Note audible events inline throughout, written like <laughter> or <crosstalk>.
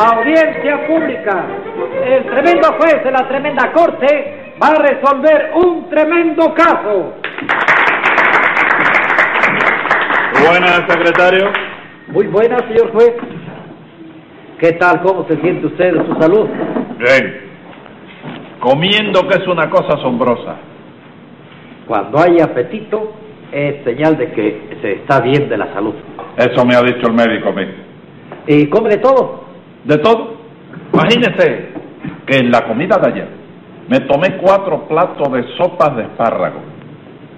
Audiencia pública. El tremendo juez de la tremenda corte va a resolver un tremendo caso. Buenas, secretario. Muy buena, señor juez. ¿Qué tal? ¿Cómo se siente usted de su salud? Bien. Comiendo que es una cosa asombrosa. Cuando hay apetito es señal de que se está bien de la salud. Eso me ha dicho el médico a mí. ¿Y come de todo? De todo. Imagínese que en la comida de ayer me tomé cuatro platos de sopas de espárrago.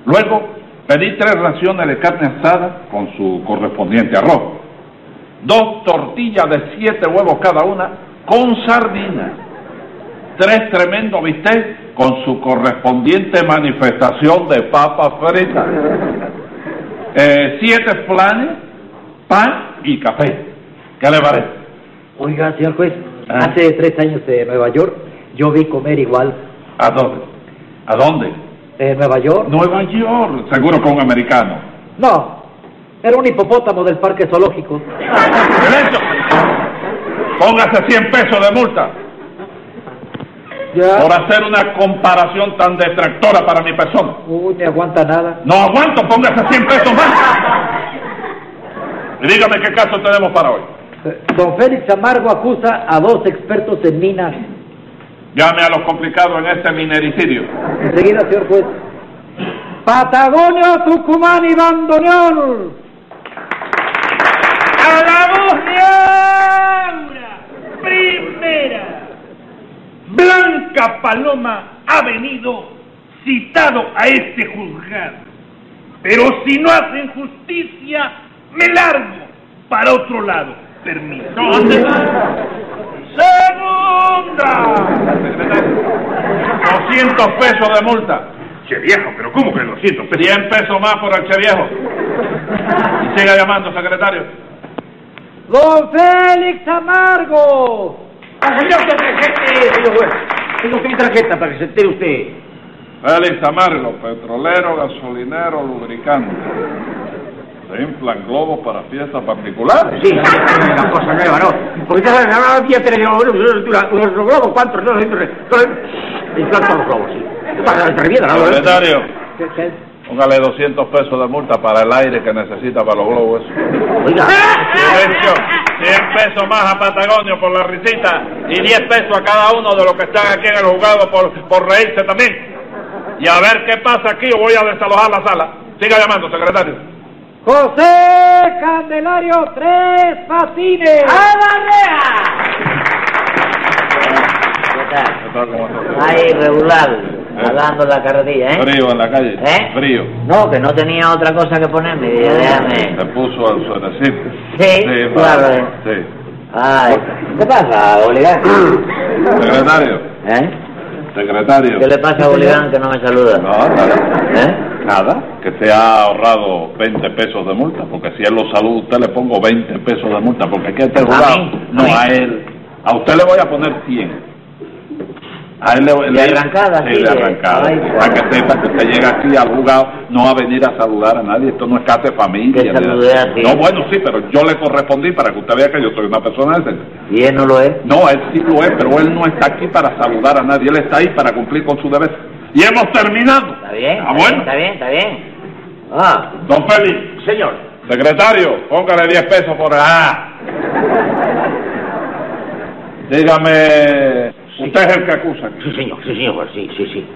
Luego pedí tres raciones de carne asada con su correspondiente arroz. Dos tortillas de siete huevos cada una con sardinas. Tres tremendos bistecs con su correspondiente manifestación de papas fritas. Eh, siete planes, pan y café. ¿Qué le parece? Oiga, señor juez, Ah. hace tres años en Nueva York yo vi comer igual. ¿A dónde? ¿A dónde? ¿En Nueva York? Nueva York, seguro con un americano. No, era un hipopótamo del parque zoológico. ¡Silencio! Póngase 100 pesos de multa Ya. por hacer una comparación tan detractora para mi persona. Uy, no aguanta nada. No aguanto, póngase 100 pesos más. Y dígame qué caso tenemos para hoy. Eh, Don Félix Amargo acusa a dos expertos en minas. Llame a los complicados en este minericidio. Enseguida, señor juez. Patagonio, Tucumán y Bandoneón. ¡A la voz de Aura! Primera. Blanca Paloma ha venido citado a este juzgado. Pero si no hacen justicia, me largo para otro lado. Permiso. ¡Segunda! 200 pesos de multa. Che viejo, pero ¿cómo que lo siento? 100 pesos más por el che viejo. Y siga llamando, secretario. Don Félix Amargo. señor juez. Tengo mi tarjeta para que se entere usted. Félix Amargo, petrolero, gasolinero, lubricante. Se inflan globos para fiestas particulares. Sí, una cosa nueva, ¿no? Porque ya sabes, ahora había tres globos, los globos, ¿cuántos? No, no, no, todos los globos, sí. Para la entrevista, ¿no? Secretario, ¿Qué, qué? póngale 200 pesos de multa para el aire que necesita para los globos. Oiga, Silencio. 100 pesos más a Patagonio por la risita y 10 pesos a cada uno de los que están aquí en el juzgado por, por reírse también. Y a ver qué pasa aquí, o voy a desalojar la sala. Siga llamando, secretario. José Candelario, tres patines. ¿Qué tal? Ahí regular, pagando la carretilla, ¿eh? Eh, Frío en la calle. ¿Eh? Frío. No, que no tenía otra cosa que ponerme, dije, déjame. Se puso al suenecito. Sí, claro, para- eh. Sí. Ay, ¿qué pasa, Boligán? <coughs> Secretario, ¿Eh? secretario. ¿Qué le pasa a Boligán que no me saluda? No, nada. ¿Eh? Nada, que se ha ahorrado 20 pesos de multa, porque si él lo saluda, usted le pongo 20 pesos de multa, porque aquí este jurado, mí? no ¿A mí? a él. A usted le voy a poner 100. A él le, De le- arrancada, Sí, sí, eh. de arrancada. ay, sí, guau. para que sepa que usted llega aquí al juzgado, no va a venir a saludar a nadie, esto no es casa de familia. Que ni salude nada. a ti. No, bueno, sí, pero yo le correspondí para que usted vea que yo soy una persona decente. ¿Y él no lo es? No, él sí lo es, pero él no está aquí para saludar a nadie, él está ahí para cumplir con su deber. Y hemos terminado. ¿Está bien? Ah, está bueno. bien, Está bien, está bien. Ah, Don Félix. señor, Secretario, póngale 10 pesos por ah. Dígame, usted es el que acusa. sí, señor, sí, señor, juez, sí, sí, sí.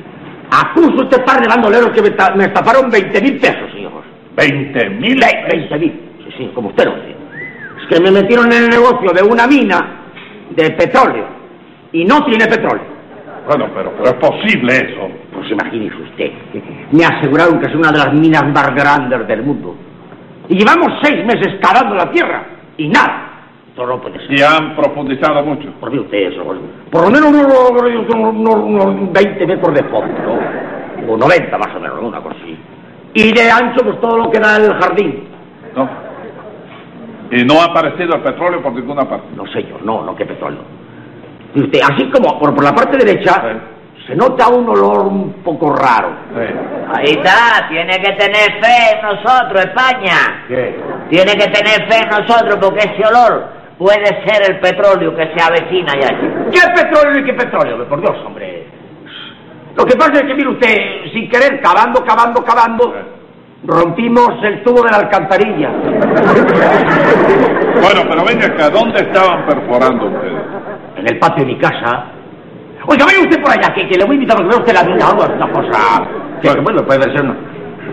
Acuso a este par de bandoleros que me, esta- me estafaron 20 mil pesos, señor. juez. 20 mil Ve- 20 mil, sí, sí, como usted lo dice. Es que me metieron en el negocio de una mina de petróleo y no tiene petróleo. Bueno, pero, pero es posible eso. Pues imagínese usted, me aseguraron que es una de las minas más grandes del mundo. Y llevamos seis meses cavando la tierra y nada. Esto no puede ser. Y han profundizado mucho. Por mí usted eso. Por lo menos unos, unos- unos- unos 20 metros de fondo. O 90 más o menos, una cosa así. Y de ancho pues todo lo que da el jardín. ¿no? Y no ha aparecido el petróleo por ninguna parte. No señor, no, no que petróleo. Y usted, así como por, por la parte derecha, se nota un olor un poco raro. Sí. ahí está, tiene que tener fe en nosotros, España. ¿Qué? Tiene que tener fe en nosotros porque ese olor puede ser el petróleo que se avecina allá. chico. ¿Qué petróleo y qué petróleo? hombre? Por Dios, hombre. Lo que pasa es que, mire usted, sin querer, cavando, cavando, cavando, rompimos el tubo de la alcantarilla. Bueno, pero venga acá, ¿dónde estaban perforando ustedes? En el patio de mi casa. Oiga, vaya usted por allá, que, que le voy a invitar a que vea usted la vida, algo, una cosa. Que, que, bueno, puede ser una...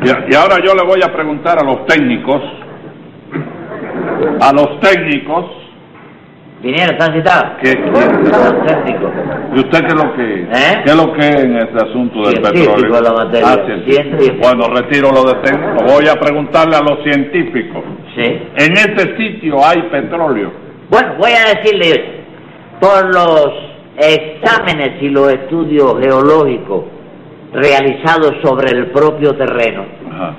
Y, y ahora yo le voy a preguntar a los técnicos, a los técnicos, Vinieron, están citados. que, que- Los técnicos. ¿y usted qué es lo que, ¿Eh? qué es lo que es en este asunto del Científico petróleo? la materia, Ah, científico. científico. Bueno, retiro lo de técnico, voy a preguntarle a los científicos, Sí. ¿en este sitio hay petróleo? Bueno, voy a decirle yo, por los exámenes y los estudios geológicos realizados sobre el propio terreno, Ajá.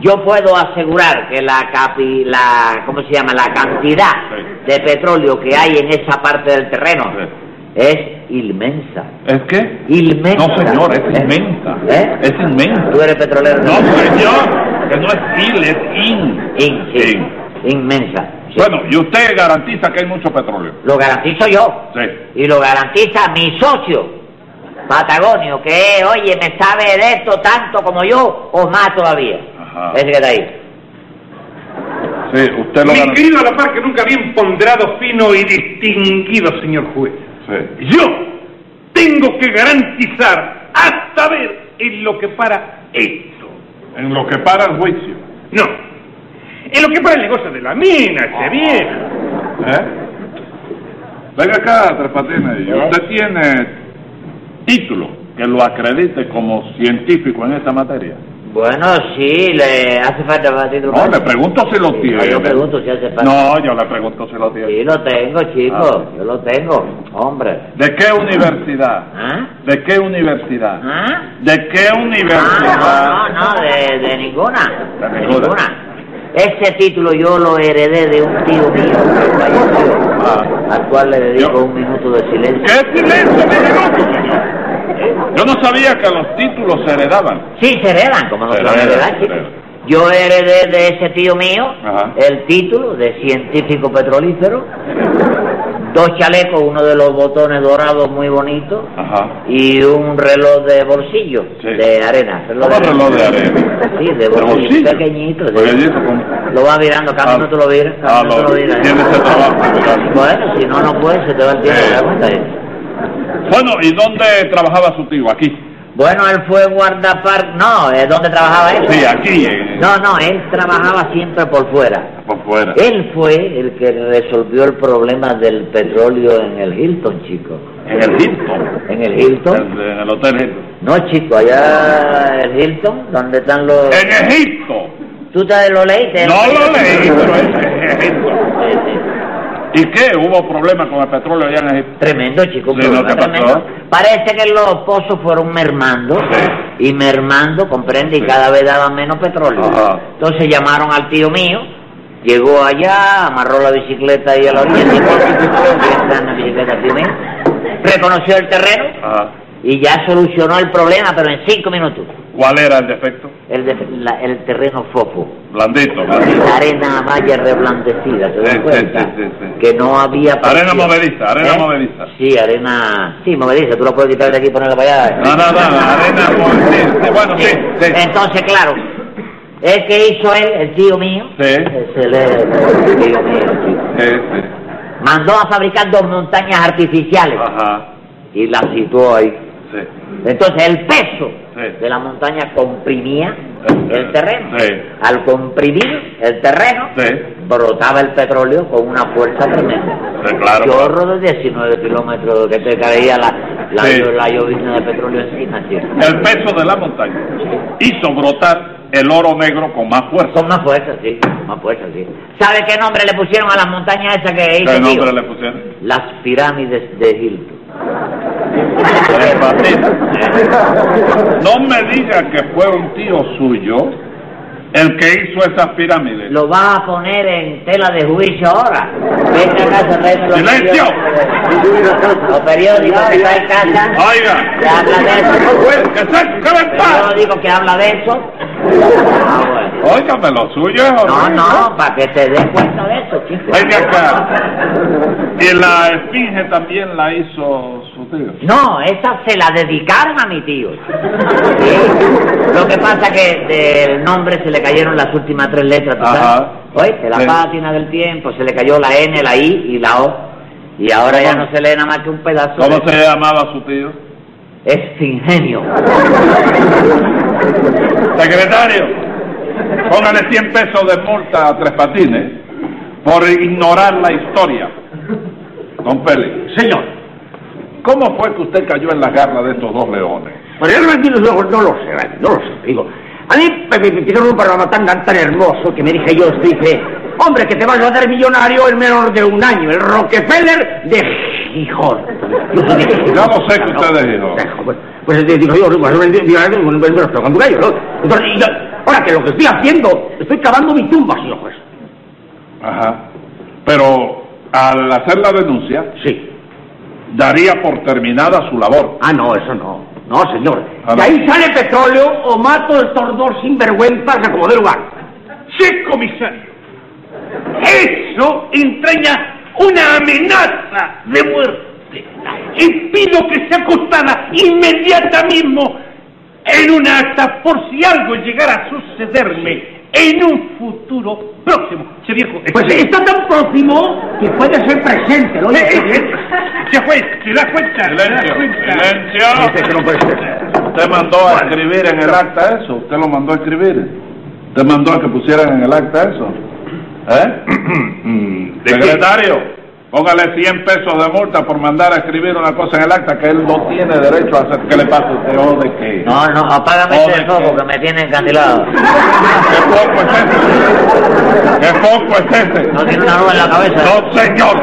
yo puedo asegurar que la capi, la, ¿cómo se llama? La cantidad Sí. de petróleo que hay en esa parte del terreno Sí. es inmensa, ¿Es qué? inmensa. No, señor, es ¿Eh? inmensa. ¿Eh? Es inmensa. Tú eres petrolero. No, señor, que no es il, es in. In- sí. In. Inmensa. sí. Bueno, y usted garantiza que hay mucho petróleo. Lo garantizo yo. Sí. y lo garantiza mi socio Patagonio, que oye, me sabe de esto tanto como yo o más todavía. Ajá. Ese que está ahí. Sí, usted lo Mi garantiza. querido a la par que nunca bien ponderado, fino y distinguido, señor juez. Sí. Yo tengo que garantizar hasta ver en lo que para esto. En lo que para el juicio. No. En lo que para el negocio de la mina, este bien. ¿Eh? Venga acá, Tres Patines. y Usted tiene título que lo acredite como científico en esta materia. Bueno, sí, le hace falta para título. No, le pregunto si lo Sí, tiene. yo pregunto si hace falta. No, yo le pregunto si lo tiene. Sí, lo tengo, chico. Ah. Yo lo tengo. Hombre. ¿De qué universidad? ¿Ah? ¿De qué universidad? ¿Ah? ¿De qué universidad? Ah, no, no, no, de, de ninguna. De De ninguna. ninguna. Ese título yo lo heredé de un tío mío que falleció, Ah. al cual le dedico Yo- un minuto de silencio. ¡Qué silencio, mi minuto, señor! Yo no sabía que los títulos se heredaban. Sí, se heredan, como Se nosotros heredan, heredan, chico. se heredan. Yo heredé de ese tío mío Ajá. el título de científico petrolífero, dos chalecos, uno de los botones dorados muy bonitos Ajá. y un reloj de bolsillo Sí. de arena. ¿Cómo reloj de arena? Sí, de bolsillo, pequeñito. sí. Pequeñito, ¿cómo? Lo vas mirando, cada Ah. minuto lo miras, cada Ah, minuto lo- lo miras. tiene ese trabajo, mirarlo. Bueno, si no, no puedes, se te va el tiempo, Sí. ¿te das cuenta? Bueno, ¿y dónde trabajaba su tío? Aquí. Bueno, él fue guardapar... No, ¿eh? ¿dónde trabajaba él? Sí, aquí. eh, No, no, él trabajaba siempre por fuera. Por fuera. Él fue el que resolvió el problema del petróleo en el Hilton, chico. En el Hilton. ¿En el En, Hilton? en el Hotel Hilton. No, chico, allá en el Hilton, donde están los... ¡En Egipto! ¿Tú te lo leíste? No lo leí, pero es en Egipto. Sí, sí. ¿Y qué? ¿Hubo problemas con el petróleo allá en Egipto? Tremendo, chico. Sí, ¿no? problema ¿Qué pasó? tremendo. Parece que los pozos fueron mermando Sí. y mermando, comprende, y Sí. cada vez daban menos petróleo. Ajá. Entonces llamaron al tío mío, llegó allá, amarró la bicicleta ahí a la orilla, llegó al bicicleta, y entra en la bicicleta el tío mío, reconoció el terreno Ajá. y ya solucionó el problema, pero en cinco minutos. ¿Cuál era el defecto? El, de- la- el terreno fofo. Blandito, blandito. La arena malla reblandecida, ¿te das Sí, sí, cuenta? sí, sí, sí. Que no había... Arena presión. movediza, arena ¿Eh? movediza. Sí, arena... Sí, movediza, tú la puedes quitar de aquí y ponerla para allá. No, no, no, arena movediza. Sí, bueno, sí, sí. Entonces, claro, el que hizo él, el tío mío, Sí. ese le- el tío mío, chico, Sí, sí. mandó a fabricar dos montañas artificiales Ajá. y las situó ahí. Sí. Entonces, el peso Sí. de la montaña comprimía Sí. el terreno. Sí. Al comprimir el terreno, Sí. brotaba el petróleo con una fuerza tremenda. Sí, claro. Chorro de 19 kilómetros que te caía la, la, Sí. la llovizna de petróleo encima, chico. El peso de la montaña hizo brotar el oro negro con más fuerza. Con más fuerza, sí, más fuerza, sí. ¿Sabe qué nombre le pusieron a las montañas esas que hizo ¿Qué el tío? nombre le pusieron? Las pirámides de Hilton. Tres Patines. No me diga que fue un tío suyo el que hizo esas pirámides. Lo va a poner en tela de juicio ahora. Vete a casa, tráeme los ¡Silencio! periódicos. Los periódicos que está en casa. Oiga. Que habla de eso. ¡Que se- que me paz! Periódicos que habla de eso. Ah, bueno. Óigame, lo suyo es No, horrible. no, para que te des cuenta de eso, chico. Venga acá. Y la esfinge también la hizo su tío. No, esa se la dedicaron a mi tío. Sí. Lo que pasa que del nombre se le cayeron las últimas tres letras, ¿tú sabes? Ajá. Oíste, la Sí. pátina del tiempo, se le cayó la N, la I y la O. Y ahora ya no se lee nada más que un pedazo ¿Cómo de se llamaba su tío? esfingenio. Secretario, póngale 100 pesos de multa a Tres Patines por ignorar la historia. Don Pérez, Señor, ¿cómo fue que usted cayó en las garras de estos dos leones? pero yo no entiendo, no, no lo sé, Randy, no lo sé, digo. A mí me, me- me hicieron un programa tan, tan, tan hermoso que me dije yo, dije, hombre, que te vas a hacer millonario en menos de un año, el Rockefeller de <laughs> Gijón. Yo dije, Ya lo sé que no, usted es Gijón. no, Pues, pues eh, digo yo, bueno, eh, digo, eh, bueno, me lo estoy tocando gallo, ¿no? Entonces, y yo, ahora que lo que estoy haciendo, estoy cavando mi tumba, señor juez. Ajá. Pero al hacer la denuncia, Sí. daría por terminada su labor. Ah, no, eso no. No, señor. Ah, De no. ahí sale petróleo o mato estos dos sinvergüenzas a como de lugar. Sí, comisario. Eso entraña una amenaza de muerte. Y pido que sea acostada inmediata mismo en una acta por si algo llegara a sucederme en un futuro próximo. Che viejo, este- Pues está tan próximo que puede ser presente, ¿lo Eh, oyes? eh, eh, che juez, se da cuenta, se da Silencio, cuenta. Dice que no silencio. puede ser. Usted mandó a escribir en el acta eso. Usted lo mandó a escribir. Usted mandó a que pusieran en el acta eso. ¿Eh? <clears throat> Secretario, póngale 100 pesos de multa por mandar a escribir una cosa en el acta que él no tiene derecho a hacer. ¿Qué le pasa a usted? ¿O de qué? No, no, apágame Joder, ese foco qué- que me tiene encandilado. ¿Qué foco es este? ¿Qué foco es este? No tiene una luz en la cabeza. No, señor.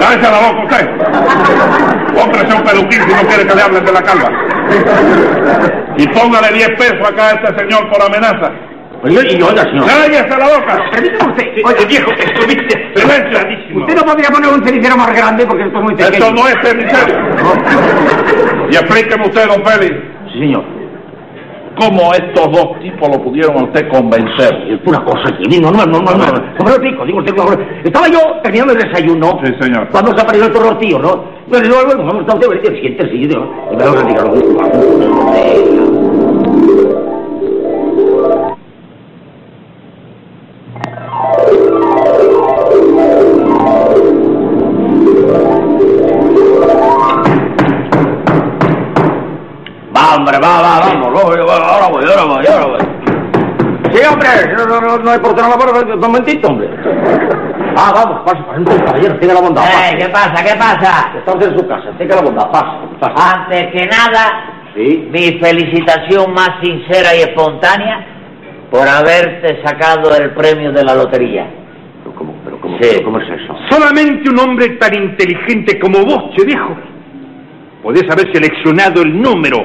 Cállese la boca usted. Cómprese un peluquín si no quiere que le hablen de la calva. Y póngale 10 pesos acá a este señor por amenaza. Oye, Pues y oiga, señor. Cállese la boca. Permítame usted. Oye, viejo, estuviste Silencio. Usted no podría poner un cenicero más grande porque esto es muy pequeño. Esto no es cenicero. Y explíqueme usted, don Félix, Sí, señor. cómo estos dos tipos lo pudieron a usted convencer. Es pura cosa, sí, digo, no, no, no, no, no me lo explico, digo, tengo ahora- Estaba yo terminando el desayuno. Sí, señor. Cuando se apareció el toro tío, ¿no? Bueno, luego, luego, vamos, estamos de siente, sí, digo, me lo platicaron. Va, hombre, va, va, vamos, vamos, va, ahora voy, ahora voy, ahora voy. Sí, hombre, no, no, no, no hay por qué no la puedo, un momentito, hombre. Ah, vamos, pase, pase, entonces, caballero, tenga la bondad, Eh, pase. ¿Qué pasa? ¿Qué pasa? Estamos en su casa, tenga la bondad, pase, pase. Antes que nada, Sí. mi felicitación más sincera y espontánea por haberte sacado el premio de la lotería. Pero ¿cómo, pero cómo, Sí. pero cómo es eso? Solamente un hombre tan inteligente como vos, che viejo, podés haber seleccionado el número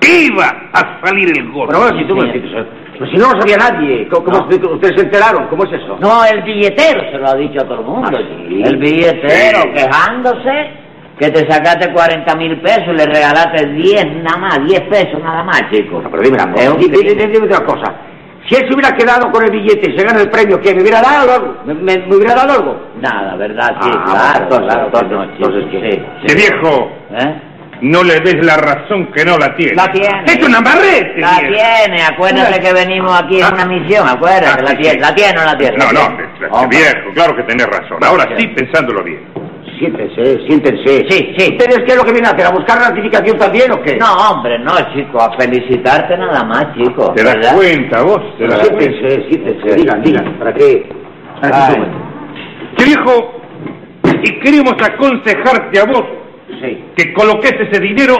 que iba a salir el gordo. Pero si tú me dices, pero si no lo sabía nadie, ¿cómo, cómo es- ustedes se enteraron? ¿Cómo es eso? No, el billetero se lo ha dicho a todo el mundo. Ah, sí. El billetero Sí. quejándose que te sacaste 40 mil pesos y le regalaste 10 nada más, 10 pesos nada más, chico. Bueno, pero dime una Es cosa. un di- di- crimen. di- dime otra cosa. Si él se hubiera quedado con el billete y se gana el premio, ¿qué? ¿Me hubiera dado algo? ¿Me, me- me hubiera dado algo? Nada, ¿verdad? Sí, Ah, claro, entonces, claro. que entonces, no, chico, entonces, ¿qué? sí, sí. Che viejo, ¿Eh? no le des la razón que no la tiene. La tiene. Es una barrete, La viejo. tiene, acuérdate que venimos aquí en Ah. una misión, acuérdate, la tiene, la tiene o la tiene. No, la no, tiene. che Hombre. viejo, claro que tenés razón. Ahora sí, pensándolo bien. Siéntense, siéntense. Sí, sí. ¿Ustedes qué es lo que vienen a hacer? ¿A buscar ratificación también o qué? No, hombre, no, chico, a felicitarte nada más, chico. ¿Te das ¿verdad? cuenta vos? ¿Te das cuenta? Siéntense, siéntense. Digan, digan, ¿para qué? ¿Para qué Ay. suben? Che viejo, y queremos aconsejarte a vos Sí. que coloques ese dinero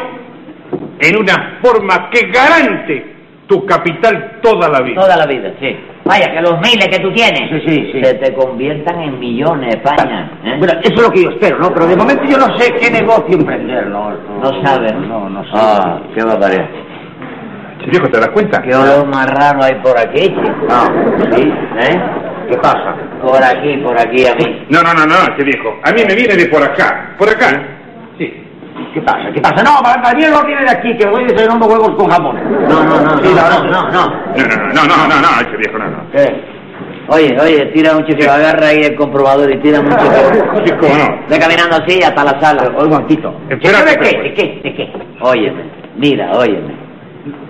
en una forma que garante tu capital toda la vida. Toda la vida, sí. Vaya, que los miles que tú tienes Sí, sí, sí. se te conviertan en millones, España. ¿eh? Bueno, eso es lo que yo espero, ¿no? Pero de momento yo no sé qué negocio emprender, ¿no? no sabes. No, no sé. Ah, qué barbaridad. Che viejo, ¿te das cuenta? Qué olor más raro hay por aquí, chico. Ah, ¿Sí? ¿Eh? ¿Qué pasa? Por aquí, por aquí, a mí. No, no, no, no, che viejo. A mí me viene de por acá. Por acá. Sí. ¿Qué pasa? ¿Qué pasa? No, para Daniel lo tiene de aquí, que voy desayunando huevos con jamón. No, no, no, Sí, la verdad. no, no, no, no. No, no, no, no, no, no, ese viejo no, no. ¿Qué? Oye, oye, tira un chico, agarra ahí el comprobador y tira un chico. <laughs> Sí, cómo no. Ve caminando así hasta la sala. Oigo, Antito. Espérate, ¿De qué? pero- ¿De qué? ¿De qué? Óyeme, mira, óyeme.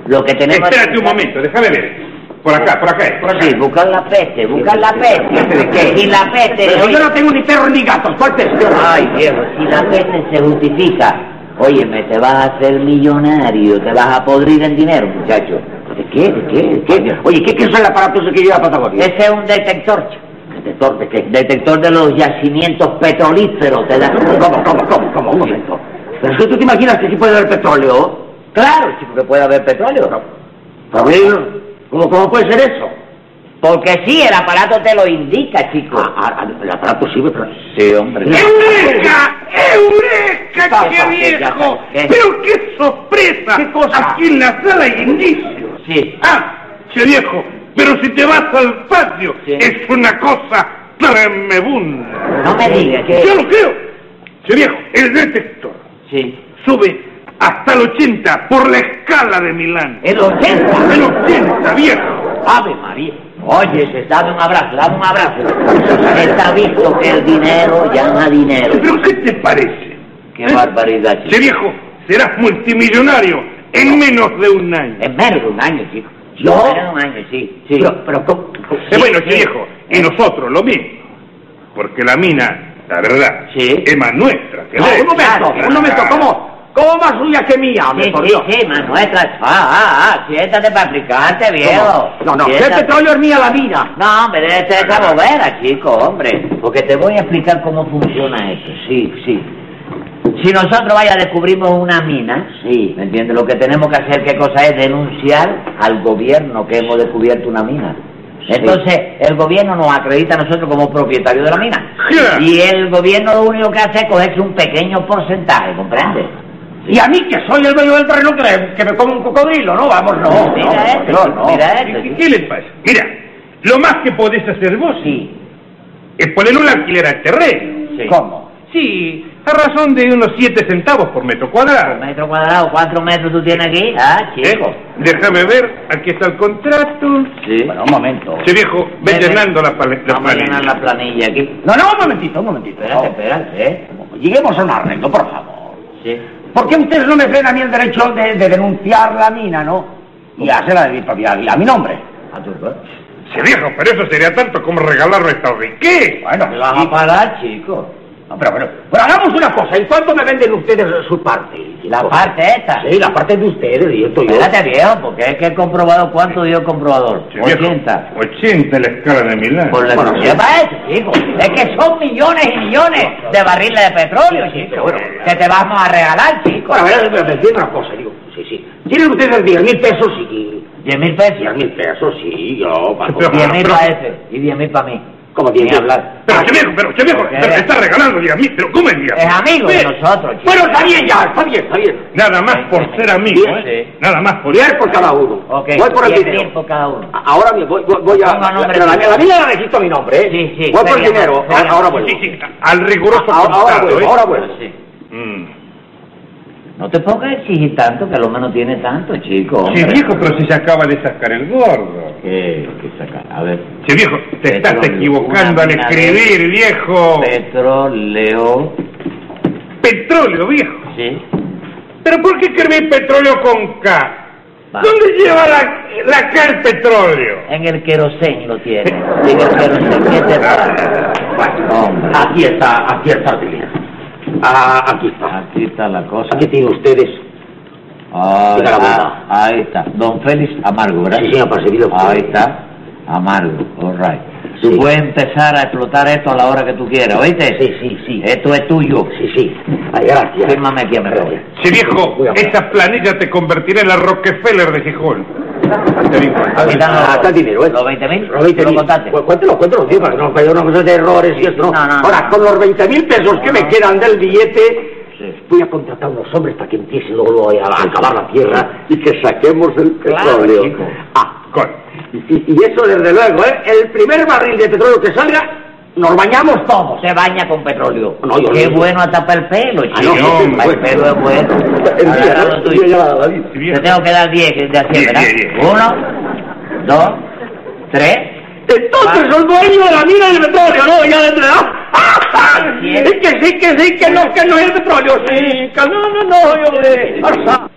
Lo que tenemos... Espérate un momento, déjame ver. Por acá, por acá, por acá. Pues, Sí, buscar la peste, buscar la peste. ¿De qué? Si la peste... Pero yo no tengo ni perros ni gatos, ¿cuál te Ay, viejo, si la peste se justifica, óyeme, te vas a hacer millonario, te vas a podrir en dinero, muchacho. ¿De qué? ¿De qué? ¿De qué? Oye, ¿qué, qué es el aparato ese que lleva a Patagonia? Ese es un detector, chico. ¿Detector de qué? detector de los yacimientos petrolíferos, te da... ¿Cómo, cómo, cómo, cómo? Un momento. ¿Pero si tú te imaginas que sí puede haber petróleo? Claro, chico, que puede haber petróleo. ¿Petróleo? ¿Cómo, ¿Cómo puede ser eso? Porque sí, el aparato te lo indica, chico. Ah, ah, ah, el aparato sirve para... Sí, hombre. ¡Eureka! ¿Qué ¡Eureka! pasa? ¡Qué ¿Qué viejo! pasa? ¿Qué? ¡Pero qué sorpresa! ¿Qué cosa? Aquí en la sala hay indicios. Sí. Ah, che viejo, pero si te vas al patio, Sí. es una cosa tremebunda. No me digas Eh, que... Yo lo creo. Che viejo, el detector Sí. sube hasta el 80 por la escala de Milán. El 80. El 80, viejo. Ave María. Oye, se- dame un abrazo, dame un abrazo. Está visto que el dinero llama dinero. ¿Pero qué te parece? Qué barbaridad, Che chico. viejo, serás multimillonario en menos de un año. Es menos de un año, chico. ¿Yo? Es menos de un año, sí. sí. Pero, pero ¿cómo? cómo? Eh, bueno, sí. viejo, y nosotros lo mismo. Porque la mina, la verdad, Sí. es más nuestra. que No, de- un momento, Claro, un momento, claro. ¿cómo? ¿Cómo más suya que mía? Sí, hombre, por sí, Dios? sí, más nuestra. Ah, ah, ah, siéntate para explicarte, viejo. ¿Cómo? No, no, ¿qué Siéntate. petróleo es mía la mina? No, hombre, debe ser esa bobera, chico, hombre. Porque te voy a explicar cómo funciona esto. Sí, sí. Si nosotros vaya descubrimos una mina, sí, ¿me entiendes? Lo que tenemos que hacer, qué cosa es denunciar al gobierno que hemos descubierto una mina. Entonces, el gobierno nos acredita a nosotros como propietario de la mina. Claro. Y el gobierno lo único que hace es cogerse un pequeño porcentaje, ¿comprende? Y a mí, que soy el dueño del terreno, que, que me como un cocodrilo, ¿no? Vamos, no. Mira no, esto, no, no. mira ¿Y esto. ¿Qué, qué les pasa? Mira, lo más que podés hacer vos Sí, es poner un alquiler al terreno. sí. ¿Cómo? Sí, a razón de unos 7 centavos por metro Un cuadrado. metro cuadrado, cuatro metros tú tienes aquí, ah, ¿Eh? chico. Déjame ver, aquí está el contrato. Sí. Bueno, un momento. Ah, Che viejo, ve Ven, llenando ven. la paleta. Vamos a llenar la planilla aquí. No, no, un momentito, un momentito. Espérate, no. espérate, ¿eh? Lleguemos a un arreglo, por favor. Sí. ¿Por qué ustedes no me frenan a mí el derecho de, de denunciar la mina, no? Y hacerla de mi propiedad, y a mi nombre. A tu coche. Che viejo, pero eso sería tanto como regalar nuestra riqueza. Bueno, ¿Me vas sí. a parar, chico? No, pero bueno, pero hagamos una cosa. ¿En cuánto me venden ustedes su parte? Y La parte esta. pues. Sí, la parte de ustedes, y esto yo. Espérate, viejo, porque es que he comprobado cuánto dio el comprobador. Che, viejo, 80. 80 la escala de Milán. Por la Bueno, que sí. lleva eso, chico. Es que son millones y millones de barriles de petróleo, Sí, sí, chico. pero bueno. Que te vamos a regalar, chico. Bueno, a ver, pero me entiendo una cosa, digo, sí, sí. Tienen ustedes 10 mil pesos y... 10 mil pesos. 10 mil pesos, sí, yo, pago. Pero- 10 mil pero- para ese y 10 mil para mí. Como tiene que hablar. Pero che viejo, pero che viejo, Porque- pero está regalando y a mí, pero ¿cómo es día? Es amigo de Bien. nosotros, chico. Bueno, está bien ya, está bien, está bien. Nada más por ser amigo, Bien, ¿eh? sí. Nada más por... Diez por cada uno. Ok, Voy por el 10 dinero. mil por cada uno. A- Ahora me voy, voy, voy a... Ponga nombre la, la, tuyo. la mía la registro a mi nombre, ¿eh? Sí, sí, Voy por el sería- dinero. sería- Ahora, ahora vuelvo. Sí, sí, al Ah, riguroso Ahora- ahora contado, vuelvo, ¿eh? ahora vuelvo. Sí. Mm. No te pongas a exigir tanto, que lo menos tiene tanto, chico. Che hombre. viejo, pero si se acaba de sacar el gordo. ¿Qué, qué sacar? A ver. Che viejo, te estás Petróleo, equivocando una al mina de- escribir, viejo. Petróleo. Petróleo, viejo. Sí. ¿Pero por qué escribir petróleo con K? Va. ¿Dónde lleva la, la K el petróleo? En el querosén lo tiene. En el querosén. ¿Qué te pasa? Bueno, Hombre. aquí está, aquí está el dinero. Ah, aquí está. Aquí está la cosa. Aquí tienen ustedes. Ah, Mira la ah, ahí está. Don Félix Amargo, ¿verdad? Sí, señor, percibido. Ahí está. Amargo, all right. Tú Sí. puedes empezar a explotar esto a la hora que tú quieras, ¿oíste? Sí, sí, sí. Esto es tuyo. Sí, sí. Ay, gracias. Fírmame aquí, amigo. Che viejo, Voy a- esa planilla te convertirá en la Rockefeller de Gijón. Te digo. A Aquí ver, están los- acá el dinero, ¿eh? los 20.000. Los 20 ¿Lo contaste? Cuéntelo, cuéntelo, sí, para que no nos vaya una cosa de errores y eso, ¿no? No, no, no. Ahora, con los 20 mil pesos que me quedan del billete, Sí. voy a contratar unos hombres para que empiecen luego a a acabar la tierra y que saquemos el petróleo. chico. ah, Con- y, y eso desde luego, ¿eh? El primer barril de petróleo que salga, Nos bañamos todos. ¿eh? Se baña con petróleo. No, yo Qué no. bueno hasta para el pelo, Ah, chico. no, sí, para el bueno. pelo es bueno. El Ahora, día, ahora ¿no? lo El tuyo. día ya la- la vida. Te tengo que dar 10 de así, Diez, ¿verdad? diez, diez. Uno, dos, tres. Entonces Ah. son dueños de la mina del petróleo, ¿no? Ya de entrada. Así es. Es que sí, que sí, que no, que no es el petróleo. Sí, que no, no, no, yo hombre. Arsa.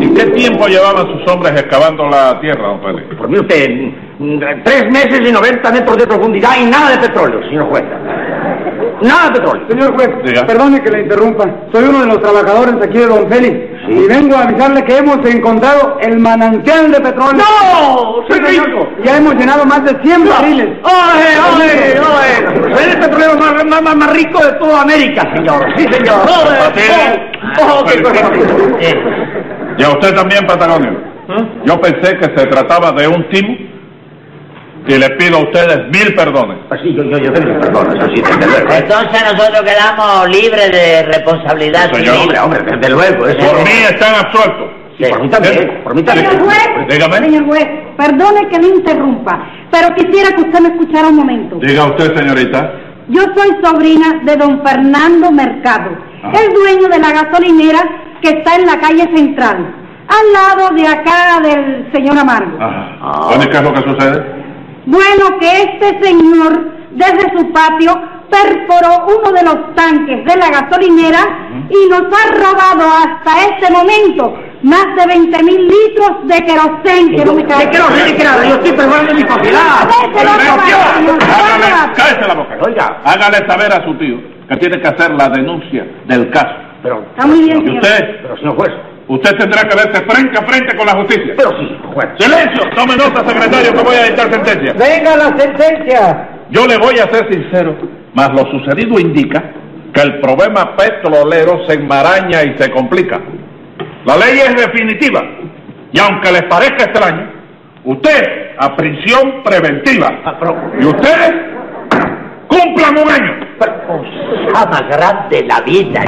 ¿Y qué tiempo llevaban sus hombres excavando la tierra, don Félix? Por mí usted, mm, tres meses y 90 metros de profundidad y nada de petróleo, señor juez. Nada de petróleo. Señor juez, Diga. perdone que le interrumpa. Soy uno de los trabajadores aquí de Don Félix. Y vengo a avisarle que hemos encontrado el manantial de petróleo. ¡No! Sí, señor. Ya hemos llenado más de 100 barriles. ¡Oye, oye, oye! este Es el petrolero más, más- más, más rico de toda América, señor. Sí, señor. ¡Oye! ¡Oh, oh, qué cosa! Eh, ¿Y a usted también, Patagonio? Yo pensé que se trataba de un timo y le pido a ustedes mil perdones. Así, pues yo, yo, yo tengo perdón, eso sí, desde luego. ¿eh? Entonces nosotros quedamos libres de responsabilidad Señor, civil. Hombre, hombre, desde luego, eso. Por mí Eh. están absueltos. Sí, por mí también, por mí Señor también. juez, Dígame. señor juez, perdone que le interrumpa, pero quisiera que usted me escuchara un momento. Diga usted, señorita. Yo soy sobrina de don Fernando Mercado, Ajá. el dueño de la gasolinera que está en la calle central, al lado de acá del señor Amargo. Ah, bueno, ¿y qué es lo que sucede? Bueno, que este señor desde su patio perforó uno de los tanques de la gasolinera y nos ha robado hasta este momento más de 20 mil litros de querosén que no me cae. ¿Qué quiero hacer? ¿Qué quiero hacer? Yo estoy preparando mi propiedad. Vete, no te ¡Silencio! vayas, señor. Hágale, Vámonos. cállese la boca. Oiga. Hágale saber a su tío que tiene que hacer la denuncia del caso. Pero, Está muy bien, Y señor. usted, pero, señor juez, usted tendrá que verse frente a frente con la justicia. pero sí, pues. señor juez. ¡Silencio! Tome nota, secretario, que voy a dictar sentencia. Venga la sentencia. Yo le voy a ser sincero, mas lo sucedido indica que el problema petrolero se enmaraña y se complica. La ley es definitiva y aunque les parezca extraño, usted a prisión preventiva Ah, pero- y ustedes cumplan un año. Cosa más grande de la vida.